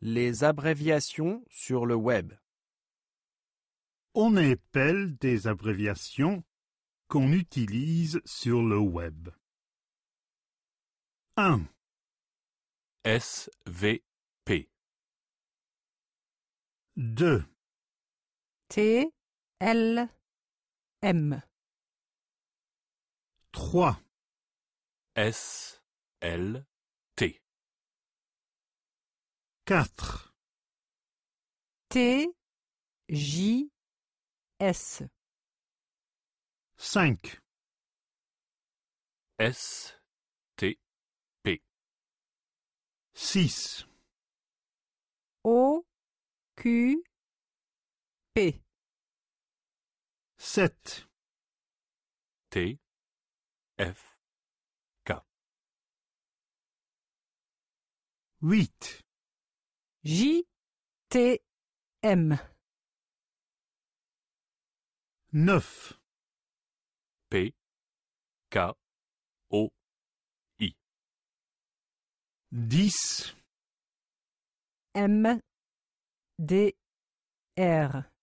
Les abréviations sur le web. On épelle des abréviations qu'on utilise sur le web. 1, SVP 2, T, L, M, 3, SLT 4, T, J, S, 5, STP 6, O, Q, P, 7, F 8, J, T, M, 9, P K O 10, M, D, R,